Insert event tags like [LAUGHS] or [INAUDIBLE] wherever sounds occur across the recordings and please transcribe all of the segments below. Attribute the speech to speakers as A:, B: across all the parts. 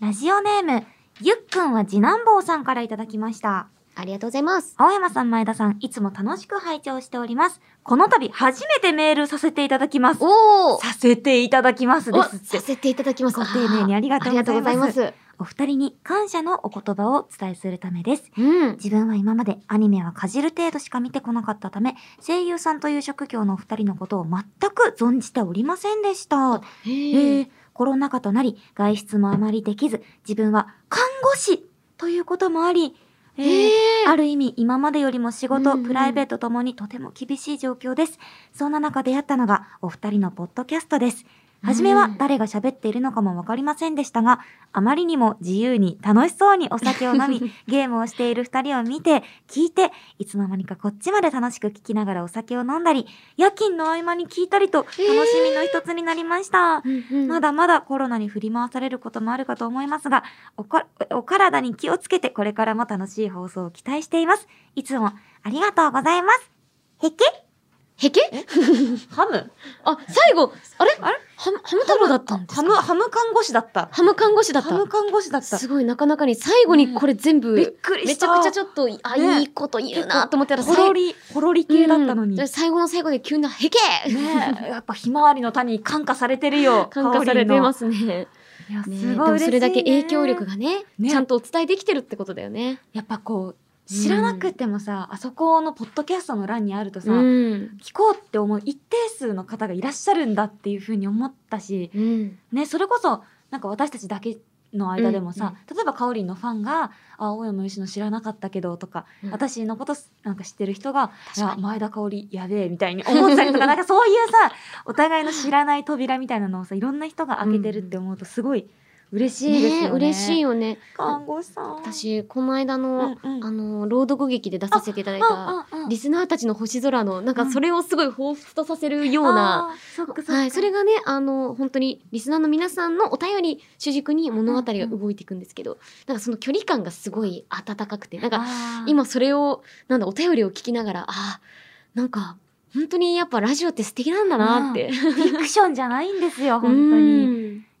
A: ラジオネーム、ゆっくんは次男坊さんからいただきました。
B: ありがとうございます。
A: 青山さん、前田さん、いつも楽しく拝聴しております。この度、初めてメールさせていただきます。
B: おー
A: させていただきますで
B: お
A: す
B: さ
A: って。
B: せていただきます。
A: ご丁寧にありがとうございます
B: ありがとうございます。
A: お二人に感謝のお言葉をお伝えするためです。
B: うん。
A: 自分は今までアニメはかじる程度しか見てこなかったため、声優さんという職業のお二人のことを全く存じておりませんでした。
B: へ
A: え
B: え。
A: ー、コロナ禍となり、外出もあまりできず、自分は看護師ということもあり、えー
B: へー
A: ある意味今までよりも仕事、
B: うんうん
A: プライベートともにとても厳しい状況です。そんな中出会ったのがお二人のポッドキャストです。初めは誰が喋っているのかもわかりませんでしたが、あまりにも自由に楽しそうにお酒を飲
B: [LAUGHS]
A: み、ゲームをしている二人を見て、聞いて、いつの間にかこっちまで楽しく聞きながらお酒を飲んだり、夜勤の合間に聞いたりと楽しみの一つになりました。まだまだコロナに振り回されることもあるかと思いますが、おかお体に気をつけてこれからも楽しい放送を期待しています。いつもありがとうございます。へけ
B: へけ
A: ハム
B: あ、最後、あれ
A: あれ
B: ハム、ハム太郎だったんですか
A: ハム看護師だった。
B: ハム看護師だった。
A: 看護師だっ
B: すごい、なかなかに最後にこれ全
A: びっ
B: 部、
A: くり
B: め
A: し
B: ちゃ
A: た。
B: くちゃちょっと、あ、
A: ね
B: いいこと言うなと思ってたら、
A: ほろり、ほろり
B: 最後
A: 系だったのに。
B: うん
A: ね
B: 最後の最後で急な、へけ
A: え、やっぱひまわりの谷に感化されてるよ。。
B: 感化されてますすね。
A: いや、すごい嬉し
B: ねで
A: い、
B: も
A: ね。
B: それだけ影響力。がね、
A: ね
B: ちゃんとお伝えできてるってことだよね。
A: やっぱこう、知らなくてもさ、あそこのポッドキャストの欄にあるとさ、
B: うん。
A: 聞こうって思う一定数の方がいらっしゃるんだっていうふうに思ったし、
B: うん。
A: ね、それこそなんか私たちだけの間でもさ、例えばかおりんのファンが「あ青山よしの知らなかったけど」とか、
B: うん
A: 私のことなんか知ってる人が「い
B: 確か
A: や
B: に
A: 前田香織やべえ」みたいに思ったり
B: [LAUGHS]
A: とかなんかそういうさお互いの知らない扉みたいなのをさいろんな人が開けてるって思うとすごい嬉しいですよね。
B: ね嬉しいよね。
A: 看護師さん
B: 私、この間
A: う
B: の
A: ん、うん
B: あの、朗読劇で出させていただいた、
A: うんうんうん
B: リスナーたちの星空の、なんかそれをすごい彷彿とさせるような、
A: あーそっかそっか
B: はい、それがね、あの、本当にリスナーの皆さんのお便り主軸に物語が動いていくんですけど、なんかその距離感がすごい温かくて、なんか
A: あー
B: 今それを、なんだ、お便りを聞きながら、あーなんか、本当にやっぱラジオって素敵なんだなって。
A: フィクションじゃないんです
B: [LAUGHS]
A: よ本当に。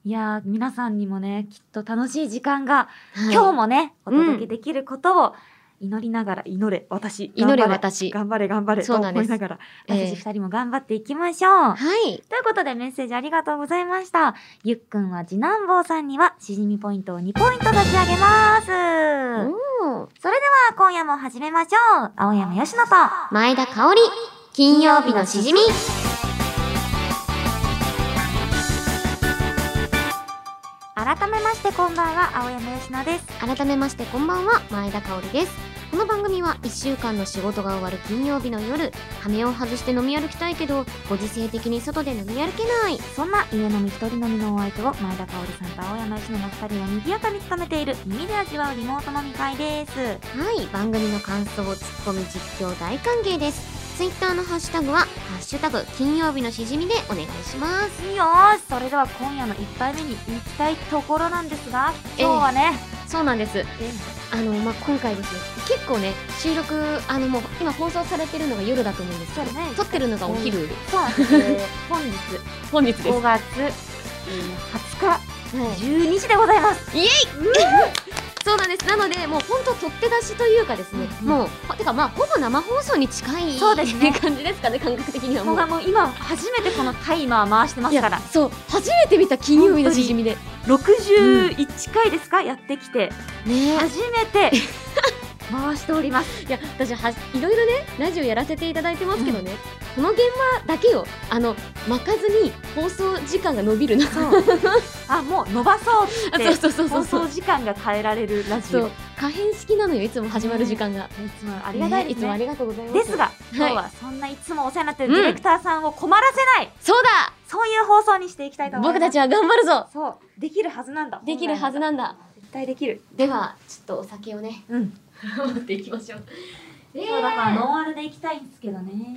A: いやー皆さんにもねきっと楽しい時間が、
B: [LAUGHS] 当に
A: 今日もねお
B: うん
A: 届けできることを祈りながら、祈れ私
B: 祈れ
A: 頑張
B: 私
A: 頑張れ頑張れ
B: そうなんです
A: と思いながら
B: え
A: 私
B: え
A: 二人も頑張っていきましょう、
B: はい。
A: ということでメッセージありがとうございましたゆっくんは次男坊さんにはしじみポイントを2ポイント差し上げますさ
B: おー
A: あ今夜も始めましょう青山佳乃と
B: 前田香織、金曜日のしじみ。
A: 改めましてこんばんは青山佳乃です
B: 改めましてこんばんは前田香織ですこの番組は1週間の仕事が終わる金曜日の夜羽目を外して飲み歩きたいけどご時世的に外で飲み歩けない
A: そんな家飲み一人飲みのお相手を前田香織さんと青山佳乃の2人が賑やかに務めている耳で味わうリモート飲み会です
B: はい番組の感想ツッコミ実況大歓迎ですツイッターのハッシュタグは「ハッシュタグ金曜日のしじみ」でお願いします
A: よーしそれでは今夜の1杯目に行きたいところなんですが今日はね、
B: そうなんですあの、まあ、今回ですね結構ね収録あのもう今放送されてるのが夜だと思うんですけど、
A: そうね
B: 撮ってるのがお昼
A: そうなんです、えー本日
B: 本日
A: 5月
B: はい
A: 20日12時でございます
B: そうなんです。なので、もう本当取って出しというかですね、
A: うん
B: もう、てかまあ、ほぼ生放送に近い
A: そうですね
B: 感じですかね、感覚的にはも
A: も
B: う。
A: うもう今初めてこのタイマー回してま
B: い
A: す
B: や
A: から
B: そう、初めて見た金曜日のしじみで。ね
A: 61回ですか、やってきて
B: え。
A: 初めて回しております
B: いや、私はいろいろね、ラジオやらせていただいてますけどね、この現場だけよ、あの、巻かずに放送時間が伸びるな。
A: そう [LAUGHS] あもう伸ばそう
B: あ
A: っ
B: [LAUGHS] そ
A: て
B: うそうそうそ
A: 放
B: うそ
A: 送
B: う。
A: 時間が変えられるラジオ
B: そう、可変式なのよ、いつも始まる時間が。
A: いつもありがたいです
B: ねいつもあ
A: ね
B: りがとうございます。
A: ですが今日はそんないつもお世話になってるディレクターさんを困らせない、
B: そうだ
A: そういう放送にしていきたいと思います
B: 僕たちは頑張るぞ
A: そうできるはずなんだ
B: できるはず
A: 本来
B: なんだ。
A: だ絶対できる
B: では、ちょっとお酒を [LAUGHS] ね、
A: うん
B: 持っていきましょう。え
A: そうだからノンアルでいきたいんですけどね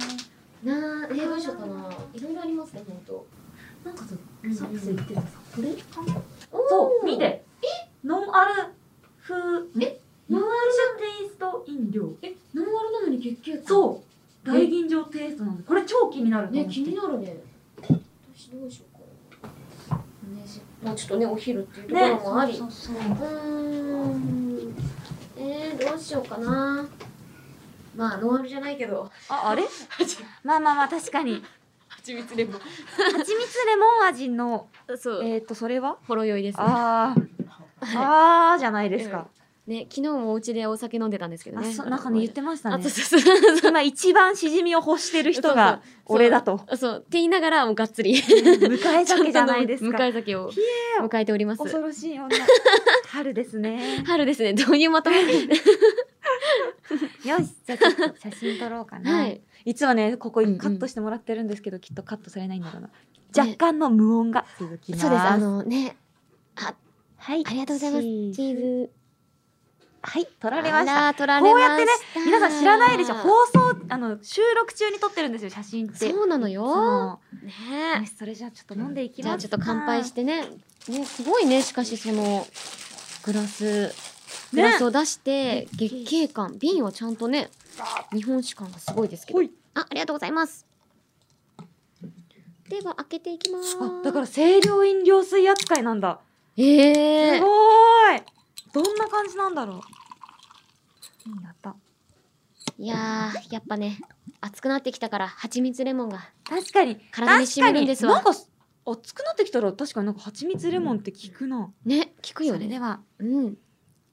B: なあ、えー、どうしようかな。いろいろありますね、本当。
A: なんか
B: うんうん
A: さっき言ってたさこれそ
B: お
A: う
B: ー
A: 見。てノンアル風
B: え
A: ノンアルテイスト飲料
B: え、ノンアルなのに月経う。
A: そう大吟醸テイストなんでこれ超気になると思
B: ね、
A: って
B: 気になるね。私どうしようかな。ね、し、まあ、ちとねお昼っていうところもあり、
A: そうそうそう
B: うーんえー、どうしようかなまあノンアルじゃないけど
A: [LAUGHS] ああれまあまあまあ確かに
B: 蜂蜜レモン
A: 蜂蜜レモン味の
B: そう、
A: えっ、ー、とそれは
B: ほろ酔いですね
A: あーあーじゃないですか、
B: ね昨日もお家でお酒飲んでたんですけど
A: あ
B: ね
A: そなんかね言ってました
B: あ
A: ね
B: そうそうそう
A: 今一番しじみを欲してる人が
B: そうそう
A: 俺だと
B: あそうって言いながらもうがっつり
A: [LAUGHS] 迎え酒じゃないです
B: 迎
A: か
B: え酒を
A: え
B: 迎えております
A: 恐ろしい女春です
B: [LAUGHS]
A: ね
B: 春ですねどういう
A: [LAUGHS]
B: まとめ
A: よしじゃあちょっと写真撮ろうかな、、
B: はいい
A: つもねここ
B: うんうん
A: カットしてもらってるんですけど、きっとカットされないんだろうな若干の無音が続きます
B: そうですあのね
A: はい
B: ありがとうございますチ
A: チーズ
B: ーズ
A: はい撮られました
B: あら取られ
A: こ
B: ました
A: うやってね、皆さん知らないでしょ。放送、あの、収録中に撮ってるんですよ、写真って。
B: そうなのよ
A: そ
B: ね
A: うよしそれじゃあちょっと飲んでいき
B: じゃ
A: ま
B: あ
A: す。
B: ちょっと乾杯しててねねすごいねしかしそのグラスグラスを出して、月桂冠瓶はちゃんとね日本酒感がすごいですけど
A: ほい
B: あありがとうございますでは開けていきます
A: あ、だから清涼飲料水扱いなんだ。す
B: ええ
A: ごーい。どんな感じなんだろう。うんやった。
B: いやーやっぱね暑くなってきたから蜂蜜レモンが
A: 確かに。
B: 体に染みるんですわ
A: 確かになんか、熱くなってきたら、確かになんか蜂蜜レモンって効くな。
B: ね効くよ
A: それ
B: ね
A: では、
B: うん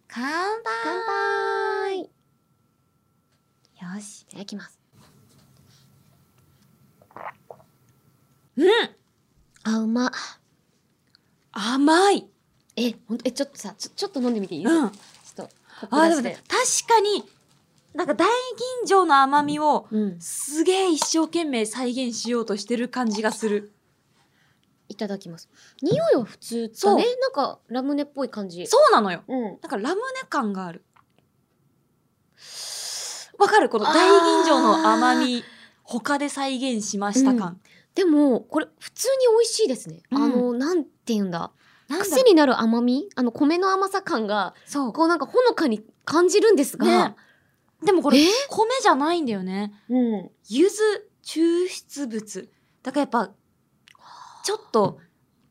A: 乾
B: 乾杯い
A: 杯。よし。
B: ただきます
A: うん
B: あうま
A: 甘い
B: えほんとえちょっとさちょちょっと飲んでみていい、
A: うん。
B: ちょっとコッ
A: あ
B: プ
A: ーでも
B: 出して
A: ね確かになんか大吟醸の甘みを
B: うん
A: すげえ一生懸命再現しようとしてる感じがする
B: いただきます匂いは普通だねなんかラムネっぽい感じ
A: そうなのよ
B: うん
A: なんかラムネ感があるわかるこの大吟醸の甘み他で再現しました感、
B: でもこれ普通に美味しいですね、
A: うん
B: あのなんて言うんだ
A: なんだろう
B: 癖になる甘みあの米の甘さ感が
A: そう
B: こうなんかほのかに感じるんですが、
A: ねでもこれ
B: え
A: 米じゃないんだよね
B: うん
A: 柚子抽出物だからやっぱちょっと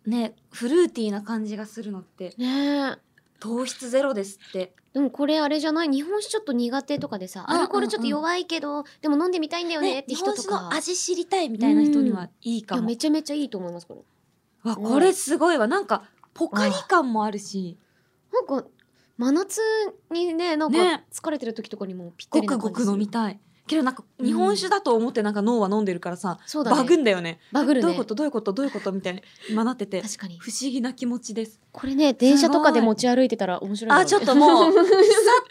A: ねフルーティーな感じがするのって
B: ねえ
A: 糖質ゼロですって
B: でもこれあれじゃない日本酒ちょっと苦手とかでさ
A: うん
B: アルコールちょっと弱いけど、でも飲んでみたいんだよねって人と
A: 日本酒
B: か、
A: の味知りたいみたいな人にはいい
B: い
A: か
B: や
A: も
B: め。ちゃめちゃいいと思いますこれ
A: わ
B: うん
A: これすごいわなんかポカリ感もあるし
B: なんか真夏にねなんか
A: ね
B: 疲れてる時とかにもぴった
A: ご
B: りな
A: く
B: 感じ
A: ご
B: す
A: く
B: る
A: 飲みたい。けどなんか日本酒だと思ってなんか脳は飲んでるからさ、
B: そうだね
A: バグんだよね
B: バグるね
A: どういうことどういうことどういうことみたいに今なってて
B: 確かに
A: 不思議な気持ちです。
B: これね電車とかで持ち歩いてたら面白い
A: あちょっと [LAUGHS]
B: [LAUGHS]
A: もうさっ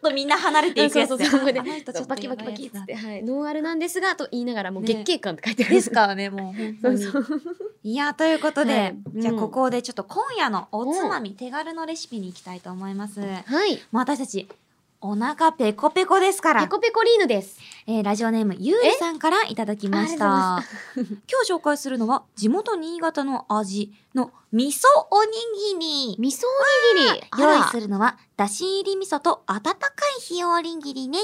A: とみんな離れて
B: で
A: いくやつ
B: そう
A: で
B: そうそうこれで
A: あの人ちょっと
B: バキバキバキっつっ
A: やばい
B: て、
A: や
B: はい、ノンアルなんですがと言いながらもう
A: ね
B: 月桂冠って書いてあ
A: つだ
B: る
A: ですからねもう本当
B: そう
A: に。
B: そう
A: いやということで、
B: はい
A: じゃあ
B: うん
A: ここでちょっと今夜のおつまみ、手軽のレシピに行きたいと思います。
B: はい
A: もう私たち、お腹ペコペコですから
B: ペ、コペコリーヌです
A: えーラジオネームゆうりさんからいただきました。
B: あ
A: [LAUGHS] 今日紹介するのは、地元新潟の味の味噌おにぎり。
B: 味噌おにぎり
A: 用意
B: あ
A: するのは、だし入り味噌と温かいひよおにぎりね。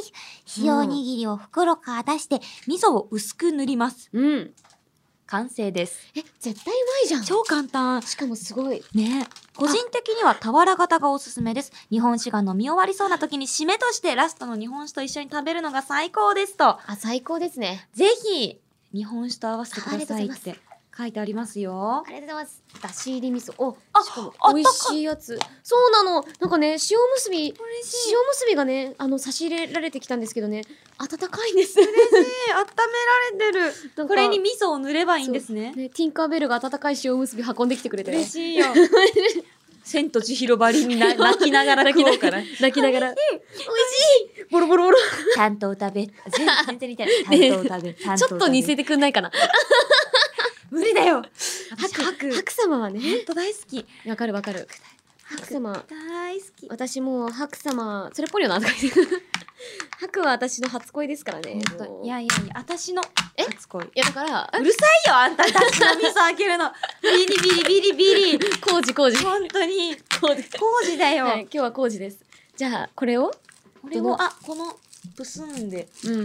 A: ひよおにぎりを袋から出して、味噌を薄く塗ります。
B: らうん
A: 完成です。
B: え絶対うまいじゃん
A: 超簡単。
B: しかもすごい
A: ね個人的には俵型がおすすめです。日本酒が飲み終わりそうな時に締めとしてラストの日本酒と一緒に食べるのが最高ですと。
B: あ最高ですね
A: ぜひ日本酒と合わせてくださいって書いてありますよ
B: あ。りがとうございますだし入り味噌お
A: あ
B: しかも
A: あったかい
B: 美味しいやつそうなのなんかね塩むすび塩
A: 嬉
B: むすびがねあの差し入れられてきたんですけどね温かいんです [LAUGHS]
A: い。温められてる。
B: なんか
A: これに味噌を塗ればいいんですね。
B: ね、ティンカーベルが温かい塩結び運んできてくれて
A: 嬉しいよ。 [LAUGHS] 千と千尋ばりに [LAUGHS] な泣きながら食おうかな。
B: 泣きな [LAUGHS] がら美味しいボロボロボロ
A: 担当食 [LAUGHS] べ。全全然似てない。
B: ね
A: 担当 [LAUGHS] 食べ。担
B: ち
A: 当
B: ょっと似せてくんないかな
A: 無理だよ。
B: [LAUGHS] 白
A: 白白。
B: 白様はね
A: 本当大好き。
B: わかるわかる白様
A: 大好き。
B: 私もう白様それっぽいよなとか言って白は私の初恋ですからね
A: 本当
B: もう
A: にい
B: いや
A: やいやいや、私の
B: え
A: 初恋。
B: いやだから [LAUGHS]
A: うるさいよ、あんたたちの味噌開けるの。ビリビリビリビリ。
B: 工事工事
A: 本当に。
B: 工事
A: 工事だよ。
B: はい今日は工事ですじゃあこれを
A: これを
B: どの
A: あこのブスンで
B: うん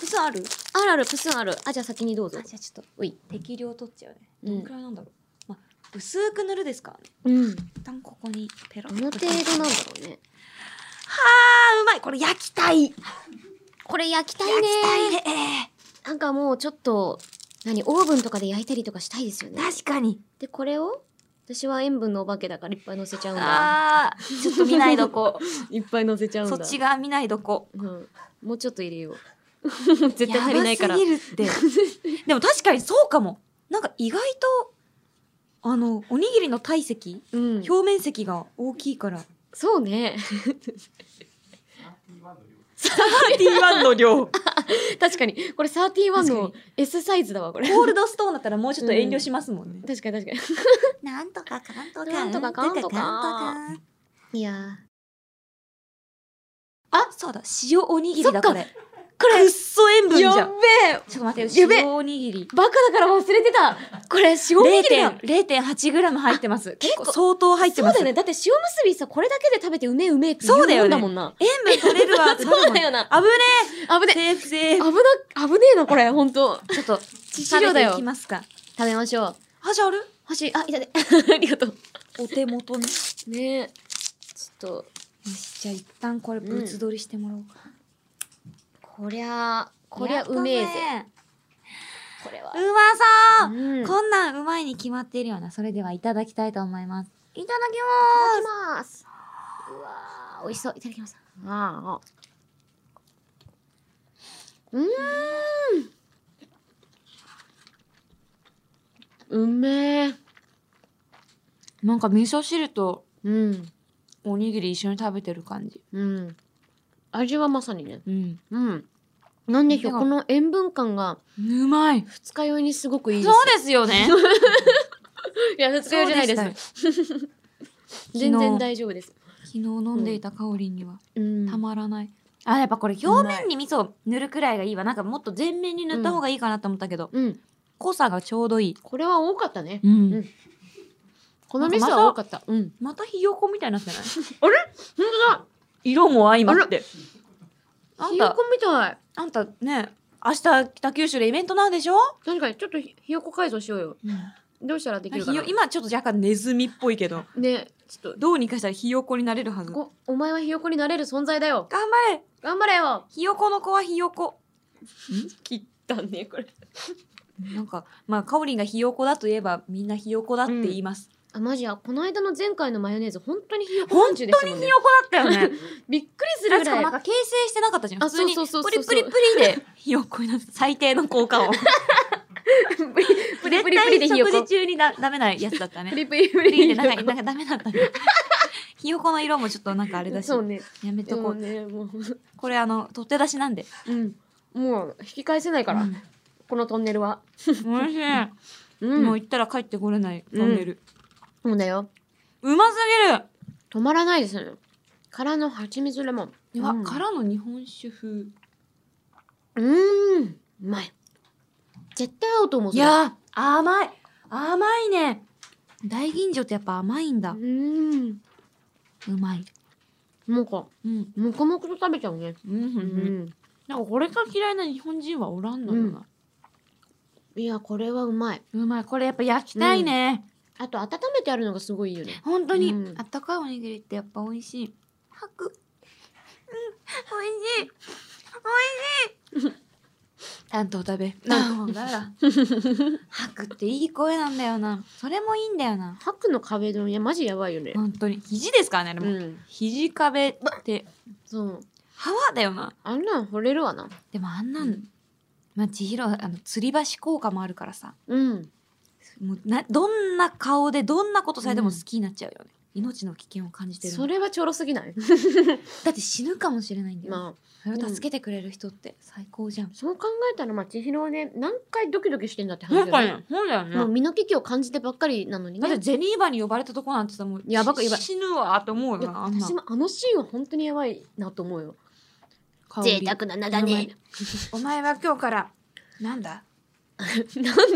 A: ブスンある
B: あるあるプスンあるあじゃあ先にどうぞ
A: じゃあちょっと
B: おい
A: 適量取っちゃうね
B: うん
A: どんくらいなんだろう、まあ薄く塗るですか
B: うん。ど
A: 一旦ここにペロッと
B: の程度なんだろうね。
A: あーうまいこれ焼きたい焼き
B: これ焼きた
A: た
B: いね
A: いね
B: なんかもうちょっと、何、オーブンとかで焼いたりとかしたいですよ
A: え
B: ね
A: ー。確かに
B: で、これを私は塩分のお化けだからいっぱい乗せちゃうんだ。
A: あーちょっと見ないどこ
B: いっぱい乗せちゃうん
A: そ
B: だ。
A: っち側見ないどこ
B: うん。もうちょっと入れよう。 [LAUGHS] 絶対足りないから。
A: やばすぎるって [LAUGHS] でも確かにそうかもなんか意外とあのおにぎりの体積
B: うん。
A: 表面積が大きい [LAUGHS] から
B: そうね。
A: 31の量コ
B: 確かに。これ31の
A: 確
B: S サイズだわ、これ。
A: ールドストーンだったらもうちょっと遠慮しますもんね、
B: 確かに確か
A: なんとかかんと
B: なんとかかんとかに。いやー。
A: あそうだ塩おにぎり
B: そっ
A: だ
B: か
A: これこれくっそ塩分じゃん
B: やっべ
A: ち
B: え
A: ょっと待って
B: や
A: よ
B: べえ
A: 塩おにぎり
B: バカだから忘れてたこれ塩おにぎりだよ
A: 0.8g 入ってます結構
B: 結構
A: 相当入ってます
B: そうだよねだって塩むすびさこれだけで食べてうめえうめえって言うも
A: そうだよ
B: ん
A: ね
B: だもんな
A: 塩分取れるわ
B: そうだよな
A: 危ね
B: 危
A: え
B: ね
A: セーフセ
B: え
A: ー
B: 危
A: フ
B: な危ねえな [LAUGHS] これ本当
A: ちょっと
B: 致死量だよ
A: 食べていきますか
B: 食べましょう
A: 箸ある
B: 箸あいたね [LAUGHS] ありがとう
A: お手元によ
B: ねえちょっと
A: しじゃあ一旦これぶつ取りしてもらおうか、
B: こりゃあこりゃうめえぜ
A: やったね
B: これは
A: うまそう、
B: うんいただ
A: こんなんうまいに決まっているようなそれではいただきたいと思いますいただき
B: きますうわー美味しそういただきますああうーんうめえ
A: すなんか味噌汁と
B: うん
A: おにぎり一緒に食べてる感じ
B: うん味はまさにね
A: うん
B: うんなんでしょ
A: で
B: う
A: も
B: この塩分感が
A: うまい
B: 二日酔いにすごくいいです
A: そうですよね
B: いや二日酔いじゃないです
A: す
B: 全然大丈夫です
A: 昨日飲んでいた香りには
B: うん
A: たまらない、あやっぱこれ表面に味噌を塗るくらいがいいわなんかもっと全面に塗った方がいいかなと思ったけど、
B: うん
A: 濃さがちょうどいい、
B: これは多かったね
A: うん
B: うんこの味噌は多かったうん
A: またひよこみたいになってない
B: 本
A: 色も相まって
B: 当
A: あ
B: だひ
A: ん
B: よ
A: た
B: こみたい
A: あんたね明日北九州でイベントなんでしょ、
B: 確かにちょっとひひよこ改造しようよどうしたらできるか
A: ひ
B: な
A: よ今ちょっと若干ネズミっぽいけど
B: ねちょっ
A: どうにかしたらひよこになれるはず
B: と
A: 頑
B: こお前はひよこになれる存在だよ
A: 張れ
B: 頑張れよ
A: ひよこの子はひよこ
B: 切ったねこれ
A: なんかまあかおりんがひよこだといえばみんなひよこだって言います、
B: あマジやこの間の前回のマヨネーズ本当にひよこま
A: 本
B: ん
A: 当
B: じゅう
A: に
B: でしたもん
A: ひ
B: ね
A: よこだった
B: [LAUGHS]
A: よね
B: びっくりする
A: 確
B: ぐ
A: からも
B: い
A: なんか形成してなかったじゃん
B: あ
A: 普通に
B: そうそうそ
A: プ
B: うそう
A: リプリプリでひよこになって最低の効果音
B: プリ [LAUGHS] プリプリプリでひよ
A: 絶対食事
B: こ
A: 中にだダメなやつだったね
B: プリプリプ
A: プリ
B: リ
A: ン
B: で
A: ってなん
B: ひよ
A: かなんかダメだったねひよこの色もちょっとなんかあれだ
B: こ
A: し、
B: そうね
A: やめとこ
B: も
A: う、
B: うねもう
A: これあの取っ手出しなんで
B: うんもう引き返せないから、
A: うん
B: このトンネルは
A: おいしい、
B: う
A: も
B: んも
A: う行ったら帰ってこれないトンネル、
B: うだよ
A: うます
B: 止まらないですねからの蜂蜜レモン
A: ぎるわ、
B: うん
A: からの日本酒風
B: うーんうまい絶対合うと思う
A: い
B: それ
A: やー甘い甘いね大吟醸ってやっぱ甘いんだ、
B: うーん
A: うまい
B: なんか
A: うん
B: もこもこと食べちゃうね
A: うんうんう
B: うんん
A: なんかこれが嫌いな日本人はおらんのよな、
B: いやこれはうまいう
A: まいこれやっぱ焼きたいね、
B: あと温めてあるのがすごいいいよね
A: 本当に、
B: うん
A: あったかいおにぎりってやっぱ美味しい吐くうん美味しい美味しい担当食べなんだだ [LAUGHS] 吐くっていい声なんだよなそれもいいんだよな
B: 白の壁ドンいやマジやばいよね
A: 本当に肘ですからねで
B: う
A: も、
B: ん
A: 肘壁って
B: そう
A: 幅だよな
B: あんなん惚れるわな
A: でもあんな
B: うんん、
A: まあ、千尋はあの吊り橋効果もあるからさ
B: うん
A: もうなどんな顔でどんなことされても
B: うん
A: 好きになっちゃうよね、命の危険を感じてる
B: それはちょろす
A: [LAUGHS]
B: ぎない
A: だって死ぬかもしれないんだよ、
B: まあ
A: それを助けてくれる人って最高じゃん。
B: そう考えたらまあ千尋はね何回ドキドキしてんだって話
A: な
B: だ
A: ん
B: よ
A: か
B: ね
A: ね、そうだよ
B: もう
A: ね。
B: 身の危機を感じてばっかりなのに
A: だ
B: ね
A: ってゼニーバに呼ばれたとこなんてさ、もう
B: やばくやばい
A: 死ぬわと思うよ
B: いや
A: な。あんな
B: 私もあのシーンは本当にやばいなと思うよ
A: 香り
B: 贅沢な名だね
A: お前は今日から、なんだ
B: なん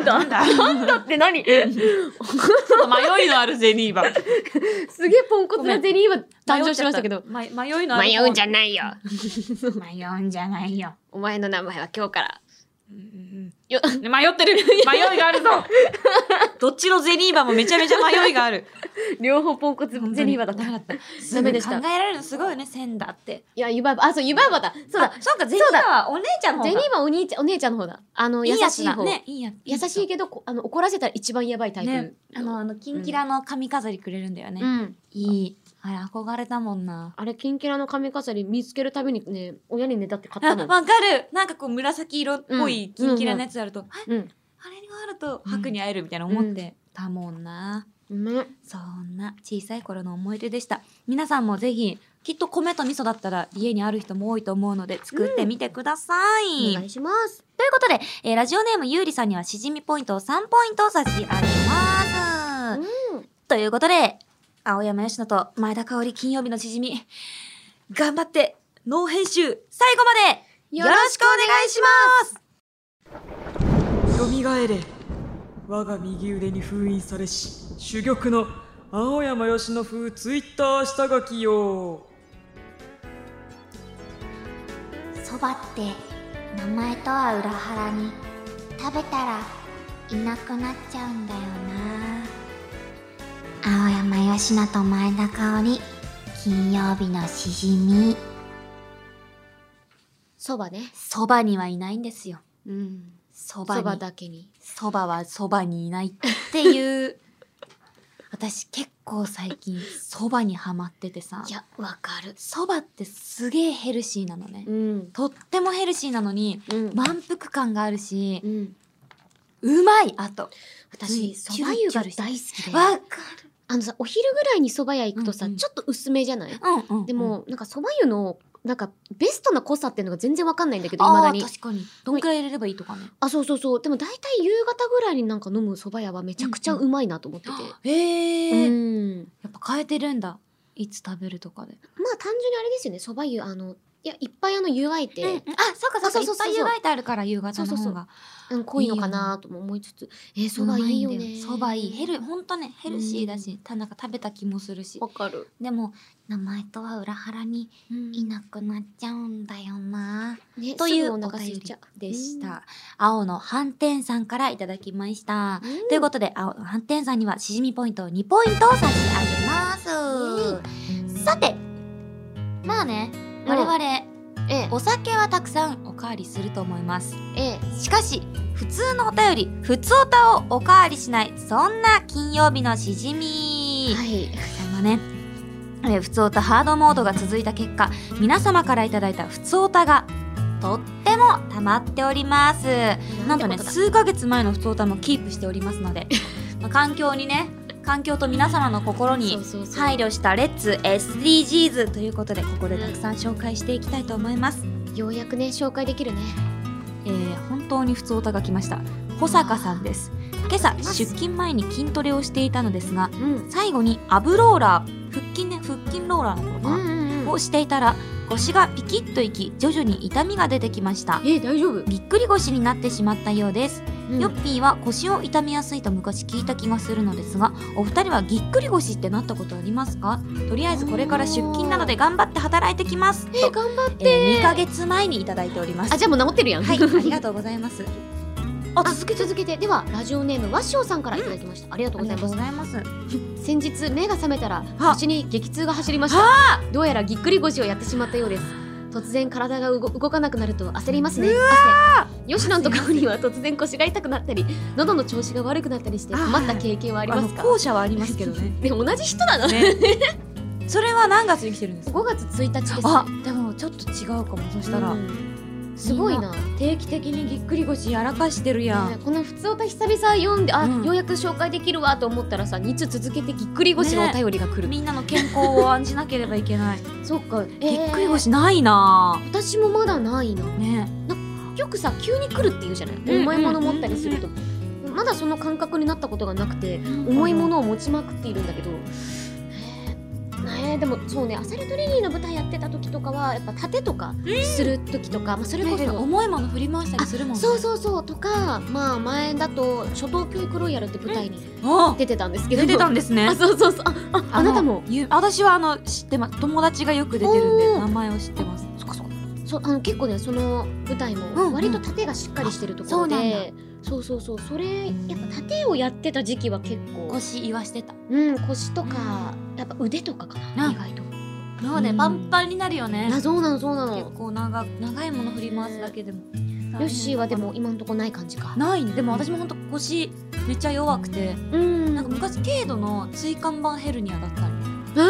B: だ
A: なんだち
B: なんだっ
A: [LAUGHS]
B: て何
A: ょっと迷いのあるゼニーバ。
B: すげえポンコツなゼリーは誕生しましたけど
A: 迷っちゃった。ま迷いのある
B: 迷
C: [LAUGHS]
B: うんじ
A: ゃ
B: ゃないよ
A: 迷うんじゃないよ。
B: お前の名前は今日から
A: うんうんうん
C: うん
B: よ
C: 迷ってる
B: [LAUGHS]
C: 迷いがあるぞ [LAUGHS] どっちのゼリーバもめちゃめちゃ迷いがある。
B: 両方ポンコツ [LAUGHS] ゼリーバだった。い
C: ダ
B: ダ
C: メ
B: メ
C: で
B: で
C: し。
B: したた
C: 考えられるのすごいよね、千だって。
B: や、湯婆婆、あ、そう、湯婆婆だ。そうだ
C: あ。そうか、ゼリーバはお姉ちゃんの
B: ゼ
C: 方
B: リー
C: が
B: バお兄ちゃん、お姉ちゃんの方だ。あの、
C: いい
B: 優
C: や
B: し
C: つ
B: い
C: だ
B: 方。
C: ね、いいやつ。
B: 優しいけど、こあの、怒らせたら一番やばいタイプ。
C: ね、あの、あの、キンキラの髪飾りくれるんだよね。
B: うん。
C: いい。あれ、憧れたもんな。
B: あれ、キンキラの髪飾り見つけるたびにね、親にねだって買っ
C: あ、
B: た
A: [LAUGHS]
B: の。
C: わかるなんかこう、紫色っぽいキンキラのやつあると、あ
B: うん。
A: あれが
C: あると、白に会えるみたいな思ってたもんな。
B: ね。
A: そんな小さい頃の思い出でした。皆さんもぜひ、きっと米と味噌だったら家にある人も多いと思うので作ってみてください。
B: お願いします。
A: ということで、えーラジオネームゆうりさんにはしじみポイントを3ポイント差し上げます。
B: うん。
A: ということで、青山佳乃と前田香織金曜日のしじみ、頑張って、脳編集、最後までよろしくお願いします
D: 蘇れ我が右腕に封印されし珠玉の青山佳乃風ツイッター下書きよ
E: そばって名前とは裏腹に食べたらいなくなっちゃうんだよな青山佳乃と前田香織金曜日のしじみ
B: そばね。
A: そばにはいないんですよ。
B: うん。
A: そば
B: そば
A: に。
B: だけに。
A: そばはそばにいないっていう。
E: [LAUGHS]
A: 私結構最近そばにハマっててさ
B: い、や、わかる。
A: そばってすげえヘルシーなのね。
B: うん。
A: とってもヘルシーなのに、
B: うん。
A: 満腹感があるし
B: う、ん。
A: うまいあと。
B: 私、
A: うん
B: そば湯が
A: チュルチュルし
B: 大
A: て
B: 好きで。
A: わか
B: あのさ、お昼ぐらいにそば屋行くとさ、
A: うんうん
B: ちょっと薄めじゃない
A: る。うんうん。
B: で、も、なんかそば湯の、なんか、ベストな濃さっていうのが全然わかんないんだけど、未
A: あ
B: だ
A: あ
B: に
A: ー、。確かに。どんくらい入れればいいとかね。
B: あ、そうそうそう。でも大体夕方ぐらいになんか飲むそば屋はめちゃくちゃうまいなと思ってて。
A: へえ、
B: うん
A: やっぱ変えてるんだ。いつ食べるとかで。
B: まあ単純にあれですよね、そば湯、あの、いや、いっぱいあの湯がいて、
A: うんうんあ、そうかそうか。
B: あそうそうそうそう
A: いっぱい湯がいてあるから夕方の
B: そうそ
A: 方
B: うそ
A: が。
B: うん濃いのかなとも思いつつ、えー、そばいいよね。
A: そばいい。ヘル、ほんとね、ヘルシーだし、たなんか食べた気もするし。
B: わかる。
A: でも、名前とは裏腹にいなくなっちゃうんだよな。
B: ね、
A: という
B: す
A: お
B: ぐお
A: 便
B: 腹すい
A: り
B: ちゃう
A: でした。青の斑点さんからいただきました。
B: うん
A: ということで、青の斑点さんにはしじみポイントを2ポイントを差し上げます。さて、まあね、我々、
B: うんえ
A: お酒はたくさんおかわりすると思います。
B: え、え
A: しかし、普通のお便り、普通おたをおかわりしない、そんな金曜日のしじみ
B: え、。はい。
A: あのね、えー、ふつおたハードモードが続いた結果、皆様からいただいたふつおたが、とっても溜まっております。なんとね、
B: てことだ
A: 数ヶ月前のふつおたもキープしておりますの
B: [LAUGHS]
A: で、まあ、環境にね、環境と皆様の心に
B: そうそうそう
A: 配慮したレッツ SDGs ということで、ここでたくさん紹介していきたいと思います。
B: ようやくね、紹介できるね。
A: えー本当に普通おたが来ました。保坂さんです。今朝、出勤前に筋トレをしていたのですが、
B: うん。
A: 最後にアブローラー腹筋ね腹筋ローラーのこ
B: う
A: と
B: ん
A: か
B: うんうん
A: をしていたら腰がピキッといき徐々に痛みが出てきました
B: え、大丈夫、
A: ぎっくり腰になってしまったようです、
B: うん
A: ヨッピーは腰を痛めやすいと昔聞いた気がするのですがお二人はぎっくり腰ってなったことありますかとりあえずこれから出勤なので頑張って働いてきます
B: えー、
A: と、
B: 頑張っ
A: え
B: て、
A: ー、2ヶ月前にいただいております
B: あ、じゃあもう治ってるやん。 [LAUGHS]
A: はいありがとうございます
B: あ続け続けてではラジオネームワッショウさんからいただきました、ありがとうございます
A: ざいます
B: 先日目が覚めたら
A: あ
B: 腰に激痛が走りましたどうやらぎっくり腰をやってしまったようです突然体が動動かなくなると焦りますね汗吉野のところには突然腰が痛くなったり喉の調子が悪くなったりして困った経験はあり
A: あ
B: ま
A: の
B: すか
A: 後者はありますけど
D: [LAUGHS]
A: ね
B: でも同じ人なの、
A: [LAUGHS]
B: [LAUGHS]
A: それは何月に来てるんですか
B: 5月1日です
A: あでもちょっと違うかもそしたら、
B: うんすごいな、
A: 定期的にぎっくり腰やらかしてるやん、
B: ねこの「普通歌久々読んであ、
A: うん
B: ようやく紹介できるわと思ったらさ2通続けてぎっくり腰のお便りが来る、
A: みんなの健康を案じなければいけ [LAUGHS] ない、
B: そっか、えー
A: ぎっくり腰ないな
B: 私もまだないな
A: ぁね
B: よくさ急に来るって言うじゃない、
A: うん
B: 重いもの持ったりすると、まだその感覚になったことがなくて、重いものを持ちまくっているんだけど、えーえーでもそうねアサルトレリーの舞台やってた時とかはやっぱ盾とかする時とか、まあ、それこ
A: ね
B: そ、
A: 重いもの振り回したりするもんね
B: そうそうそうとかまあ前だと初等教育ロイヤルって舞台に
A: あ
B: 出てたんですけど、
A: 出てたんですね
B: あそうそうそうあああなたも
A: ゆ私はあの知ってます友達がよく出てるん
B: お
A: で
B: ー
A: 名前を知ってますそっかそっか
B: そあの結構ねその舞台
A: うんうん
B: も割と縦がしっかりしてるところで、
A: あそう
B: そうそうそうそれやっぱ縦をやってた時期は結構
C: 腰言わしてた
B: うん腰とか、やっぱ腕とかかな、
A: うん
B: 意外と
A: そうね、
C: うん
A: パンパンになるよね
B: なそうなのそうな
A: 結
B: の
A: 構長長いもの振り回すだけでも
B: ヨッシーはでも今んとこない感じか
A: ないでも私も本当腰めっちゃ弱くて
B: うん
A: なんか昔軽度の椎間板ヘルニアだったの、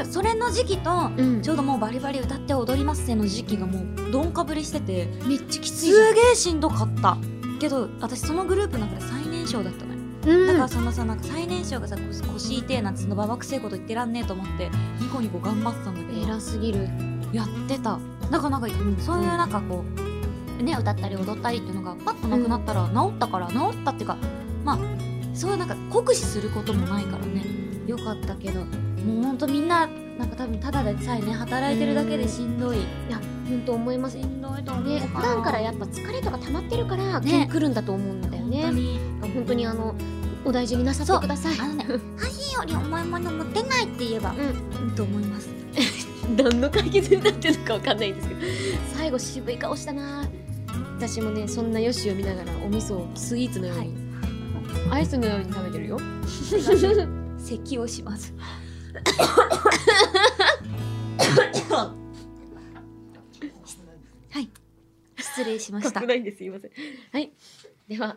B: え
A: それの時期と
B: えうん
A: ちょうどもうバリバリ歌って踊りますせの時期がもうどんかぶりしてて
B: めっちゃきつい
A: す
B: じゃん
A: げえしんどかったけど私そのグループの中で最年少だったのよ、
B: うん
A: だからそのさなんか最年少がさ腰腰痛えなんてそのババくせえこと言ってらんねえと思ってニコニコ頑張ってたんだけど
B: 偉すぎる
A: やってただからなんか、うんそういうなんかこうね歌ったり踊ったりっていうのがパッとなくなったら治ったから治ったっていうかまあそういうなんか酷使することもないからねよかったけどもうほんとみんななんか多分ただでさえね働いてるだけでしんどい
B: いや本当思います
A: し
B: ね
A: んどいと思う
B: 普段からやっぱ疲れとか溜まってるから
A: ね
B: 気に来るんだと思うんだよ
A: 本
B: ね
A: 当に
B: 本当にあのお大事になさってください
A: あ
C: [LAUGHS]
A: のね箸よりお前もの持てないって言えばうんと思います
B: 何の解決になってるのかわかんないんですけど最後渋い顔したな私もねそんなヨシを見ながらお味噌をスイーツのように、アイスのように食べてるよ
A: 咳をしますはい失礼しました
B: ないんですすいませんはいでは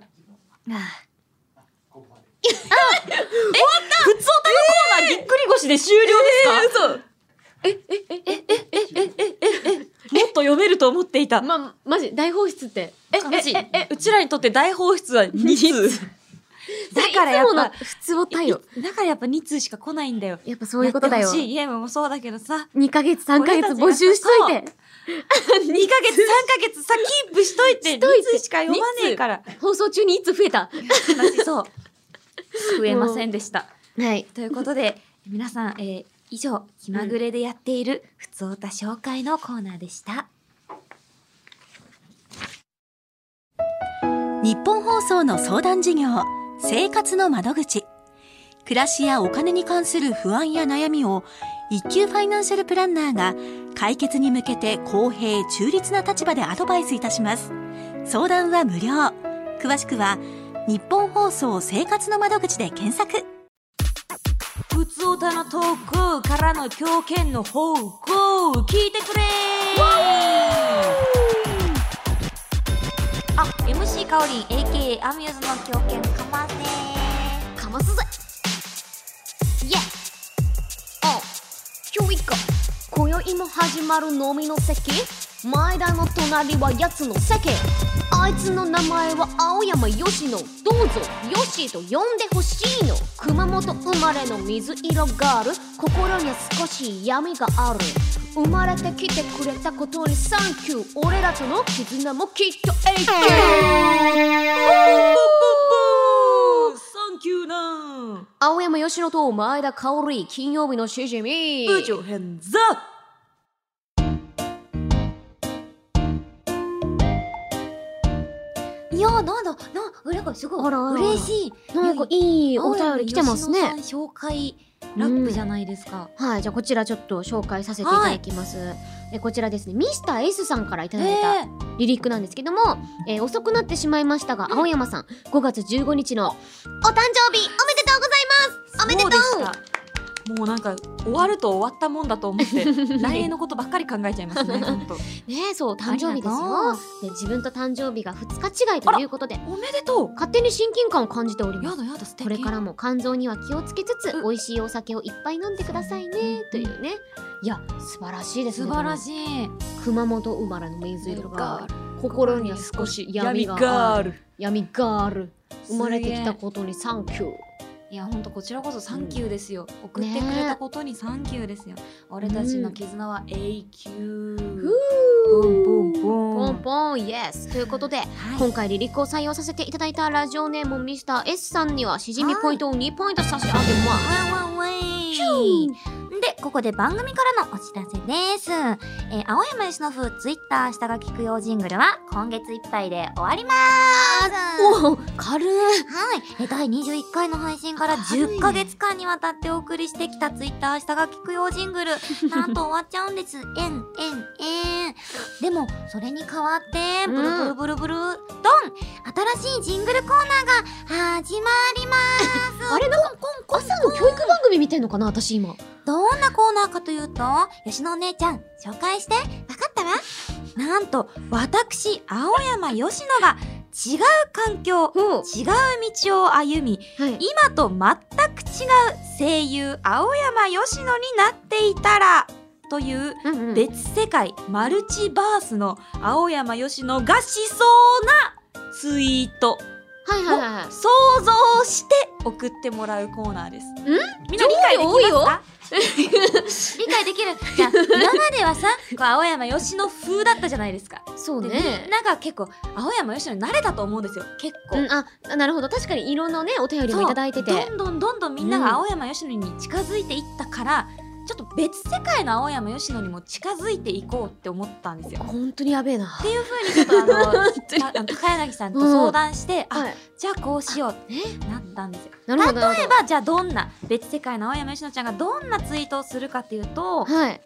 C: ぎっくり腰で終了ですか、ええええええええええもっと読めると思っていた
B: まあマジ大放出って悲しい
C: えええうちらにとって大放出は2通 [LAUGHS]
B: だ
A: からやっぱ
B: いつもの普通を太陽
A: だからやっぱ2通しか来ないんだよ
B: やっぱそういうことだよ
A: やってほしいゲームもそうだけどさ
B: 2ヶ月3ヶ月募集しといて
A: 2ヶ月3ヶ
B: [LAUGHS]
A: 月さキープしといて2
B: しといて
A: 通しか読まねえから
B: 放送中にいつ増えた
A: 私そう増えませんでした
B: はい
A: ということで皆さん、えー以上気まぐれでやっているふつおた紹介のコーナーでした、
F: 日本放送の相談事業生活の窓口暮らしやお金に関する不安や悩みを一級ファイナンシャルプランナーが解決に向けて公平中立な立場でアドバイスいたします相談は無料詳しくは日本放送生活の窓口で検索
A: ふつおたの投稿からの狂犬の方向聞いてくれあ、MC かおりん AKA アミューズの狂犬かませ
B: かますぜイエあ今日いいか今宵も始まる飲みの席前田の隣はやつの席あいつの名前は青山吉野どうぞヨッシーと呼んでほしいの熊本生まれの水色ガール心には少し闇がある生まれてきてくれたことにサンキュー俺らとの絆もきっと永久
D: サンキューな
B: 青山吉野と前田香織金曜日のしじみ
D: 部長編ザ
A: いやーなんだななんかすごい
B: あらあら
A: 嬉しい
B: なんかいいお便り来てます
A: 青山
B: ね
A: 吉野さん紹介ラップじゃないですか、
B: はいじゃあこちらちょっと紹介させていただきます、えこちらですねミスター S さんからいただいた、
A: え
B: リリックなんですけども、えー遅くなってしまいましたが、青山さん5月15日のお誕生日おめでとうございますおめでとう
A: そうでしたもうなんか終わると終わったもんだと思って [LAUGHS] 来
B: [LAUGHS]
A: 年のことばっかり考えちゃいます [LAUGHS] ね本当
B: ねえそう誕生日です
A: あ
B: よで自分と誕生日が2日違いということで
A: おめでとう
B: 勝手に親近感を感じております
A: やだやだ素敵
B: これからも肝臓には気をつけつつ、
A: うん
B: 美味しいお酒をいっぱい飲んでくださいね、というねいや素晴らしいです
A: 素
B: ね
A: 晴ら
B: い
A: しい
B: 熊本生まれの水色が心には少し闇
D: 闇
B: があ
D: ガー
B: る
D: ル
B: 闇がある
A: すげ
B: 生
A: え
B: まれてきたことにサンキュー
A: いやほんとこちらこそサンキューですよ、送ってくれたことにサンキューですよ、俺たちの絆は永久、ボンボンボ
B: ポ
A: ン
B: ンポンイエスということで、今回リリックを採用させていただいたラジオネーム Mr.S さんにはしじみポイントを2ポイント差し上げます
A: ワンワンワイで、ここで番組からのお知らせです。えー青山由伸風ツイッター下書き供養ジングルは今月いっぱいで終わりまーす。ます。
B: おお軽い
A: はい。え第21回の配信から10ヶ月間にわたってお送りしてきたツイッター下が聞くようジングル。なんと終わっちゃうんです。えん、えん、えん。でも、それに代わって、ブルブルブルブル、ドン新しいジングルコーナーが始まります。
B: あれなんか朝の教育番組見てんのかな私今
A: どんなコーナーかというと、吉野お姉ちゃん、紹介して、わかったわ。なんと、私、青山吉野が、違う環境、
B: ほう
A: 違う道を歩み、
B: はい
A: 今と全く違う声優、青山吉野になっていたら、という、
B: うんうん
A: 別世界、マルチバースの青山吉野がしそうなツイート、
B: はいはいはいはい
A: 想像して送ってもらうコーナーです。みんな理解でき
B: 多いよ
A: ます理解できる。じゃあ、今まではさ、こう青山吉野風だったじゃないですか。
B: そう
A: で、
B: ね
A: みんなが結構、青山吉野に慣れたと思うんですよ、結構。
B: うん、あなるほど確かにいろんなねお便りもいただいてて
A: どんどんどんどんみんなが青山よしのに近づいていったから、ちょっと別世界の青山よしのにも近づいていこうって思ったんですよ。
B: 本当にやべえな
A: っていう風にちょっとあの
B: [LAUGHS]
A: た
B: に
A: あの高柳さんと相談して、あ
B: はい
A: じゃあこうしようってなったんですよ。
B: なるほどなる
A: 例えばじゃあどんな別世界の青山よしのちゃんがどんなツイートをするかっていうと
B: ほどはい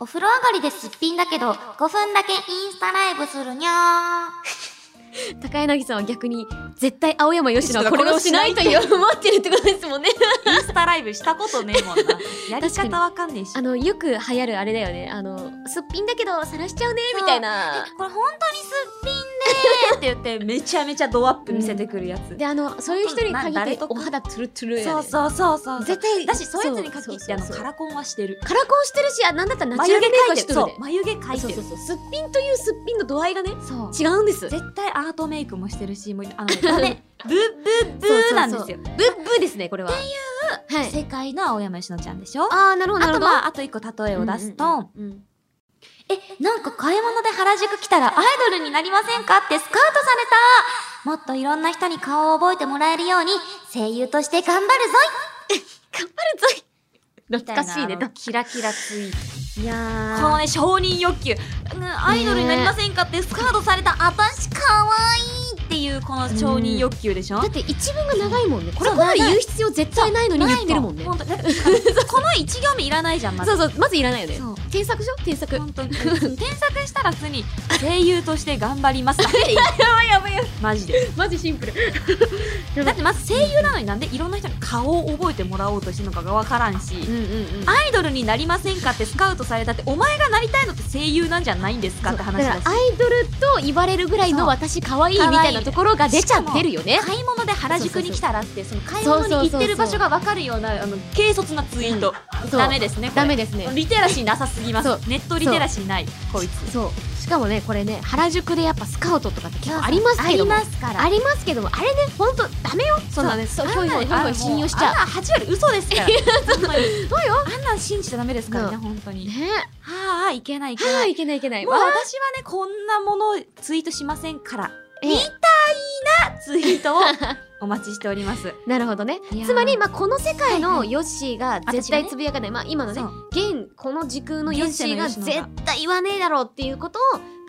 A: お風呂上がりですっぴんだけど5分だけインスタライブするにゃ
B: [LAUGHS] 高柳さんは逆に絶対青山吉野はこれをしないという思ってるってことですもんね
A: ーインスタライブしたことねえもんなやり方わかんねえし
B: [LAUGHS] あのよく流行るあれだよねあのすっぴんだけど晒しちゃうねみたいな
A: これ本当にすっぴんでーって言ってめちゃめちゃドアップ見せてくるやつ、
B: であのそういう人に限
A: な
B: っ
A: 誰
B: て
A: と
B: お肌ツルツルや
A: そう
B: ね
A: そうそうそう
B: 絶対
A: だしそういうやつに限ってあの
B: そうそうそう
A: カラコンはしてる
B: カラコンしてるしあなんだったらナチュ
A: 眉
B: ラ
A: 毛
B: ルメイク
A: 描
B: はいして
A: る
B: てる
A: そ
B: よ
A: う
B: ね
A: 眉毛描い
B: そう
A: て
B: そ
A: る
B: うそうすっぴんというすっぴんの度合いがね
A: そう
B: 違うんですブッ
A: 絶対アートメイクもしてるしもうあの
B: [LAUGHS]
A: ねダメブッブッブーなんですよ
B: ブーですねこれはっていうはい
A: 世界の青山佳乃ちゃんでしょあ
B: ああなるほどな
A: と
B: るほど
A: まああと一個例えを出すと、
B: うんうん
A: えなんか買い物で原宿来たらアイドルになりませんかってスカウトされたもっといろんな人に顔を覚えてもらえるように声優として頑張るぞ
B: うん
A: いみた
B: 懐かしいね
A: いなあのキラキラツイート
B: いやー
A: このね承認欲求うんアイドルになりませんかってスカウトされた私かわいいっていうこの承認欲求でしょ、
B: だって一文が長いもんね。これ
A: そう
B: これ
A: 長い
B: 言う必要絶対ないのに言ってるもんね。
A: ないのほとだ
B: [LAUGHS]
A: ってこの一行目いらないじゃんまず
B: そうそう、まずいらないよね
A: そう。
B: 添削しょ添削。
A: 本当に添削したら普通に声優として頑張りますだけ
B: [LAUGHS]
A: でいいやばいやばいマジで
B: マジシンプル。
A: だってまず声優なのになんでいろんな人に顔を覚えてもらおうとしてるのかがわからんし、
B: うんうんうん。
A: アイドルになりませんかってスカウトされたってお前がなりたいのって声優なんじゃないんですかって話だし
B: だからアイドルと言われるぐらい
A: そ
B: の
A: う
B: 私可愛いみたいなところが出ちゃってるよね。
A: 買い物で原宿に来たらってその買い物に行ってる場所が分かるようなあの軽率なツイート、
B: そう
A: ダメですねこれ
B: ダメですね。
A: リテラシーなさすぎます
B: そう
A: ネットリテラシーないこいつ
B: そう。しかもね、これね、原宿でやっぱスカウトとかって結構あります
A: あ
B: け
A: り
B: ども。
A: ますから
B: ありますけども、あれね、ほんとダメよ。そんなね、そう、ひょいひょいひょいひょい信用しちゃ
A: あんな8割嘘です
B: [LAUGHS]
A: からほんまにあんなん信じちゃダメですからね
B: う
A: 本当
B: う。
A: に
B: ね
A: はあいけないいけ
B: は
A: な
B: あ、
A: い
B: いけないいけない。
A: もう
B: わ
A: 私は
B: あ
A: ねこんなものをツイートしませんから
B: ええ
A: みたいなツイートをお待ちしております
B: [LAUGHS] なるほどね
A: いやー
B: つまり、まあ、この世界のヨッシーが絶対つぶやかない、まあ、今のね
A: そう
B: 現この時空のヨッシーが
A: 現世
B: 絶
A: のヨッシーの方
B: 対言わねえだろうっていうこと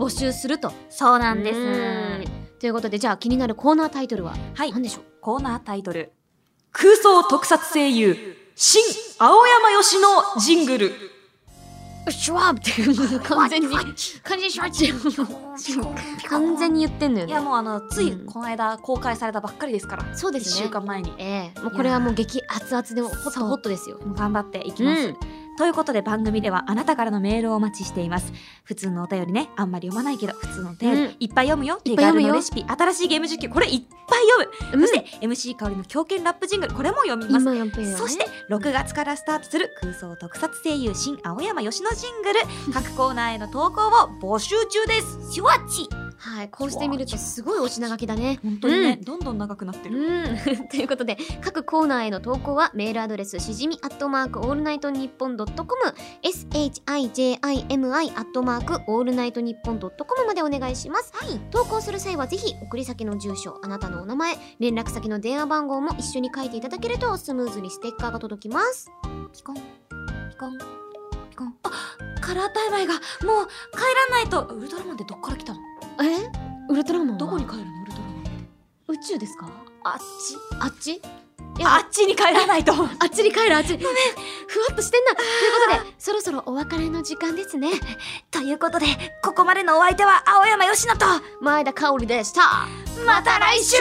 B: を募集すると
A: そうな
B: なん
A: です
B: ということでじゃあ気になるコーナータイトルは
A: はい
B: 何でしょう
A: コーナータイトル空想特撮声優新青山よしのジングル
B: シュワーっていう完全に完全にシュワーって [LAUGHS] 完全に言ってんのよ
A: いや
B: ね
A: もうあのつい
B: うん
A: この間公開されたばっかりですから、
B: そうで
A: 一
B: すね
A: 週間前に
B: ええもうこれはもう激熱々でホットホットですよ
A: もう頑張っていきます、
B: うん
A: ということで番組ではあなたからのメールをお待ちしています普通のお便りねあんまり読まないけど普通のお便り、
B: うん
A: いっぱい読むよ
B: い
A: 手
B: っぱい
A: 軽
B: 読むよ
A: のレシピ新しいゲーム実況これいっぱい読む、
B: う
A: そ
B: ん
A: して MC 香りの狂犬ラップジングルこれも読みます
B: 今やっぱりね
A: そして6月からスタートする空想特撮声優新青山よしのジングル各コーナーへの投稿を募集中ですシュワッチ
B: はいこうしてみるとすごいお品書きだね
A: 本当にね、
B: う
A: どんどん長くなってる、
B: うん、 [LAUGHS] ということで各コーナーへの投稿はメールアドレスしじみアットマークオールナイトニッポンドットコム shijimi アットマークオールナイトニッポンドットコムまでお願いします、投稿する際はぜひ送り先の住所あなたのお名前連絡先の電話番号も一緒に書いていただけるとスムーズにステッカーが届きます
A: ピコンピコンピコンあカラータイマイがもう帰らないとウルトラマンってどっから来たの
B: えウルトラマン
A: どこに帰るのウルトラマン
B: 宇宙ですかあっちあっちいや
G: あっちに帰ら
A: [LAUGHS]
G: ないと。
B: あっちに帰るあっちごめんふわっとしてんなということでそろそろお別れの時間ですね
A: ということで、ここまでのお相手は青山よしのと、
B: 前田香織でしたまた来週